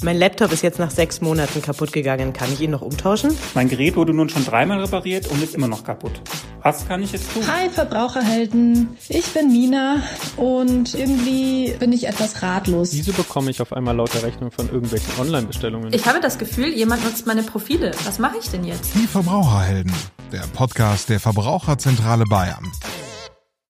Mein Laptop ist jetzt nach sechs Monaten kaputt gegangen. Kann ich ihn noch umtauschen? Mein Gerät wurde nun schon dreimal repariert und ist immer noch kaputt. Was kann ich jetzt tun? Hi Verbraucherhelden, ich bin Mina und irgendwie bin ich etwas ratlos. Wieso bekomme ich auf einmal lauter Rechnungen von irgendwelchen Online-Bestellungen? Ich habe das Gefühl, jemand nutzt meine Profile. Was mache ich denn jetzt? Die Verbraucherhelden, der Podcast der Verbraucherzentrale Bayern.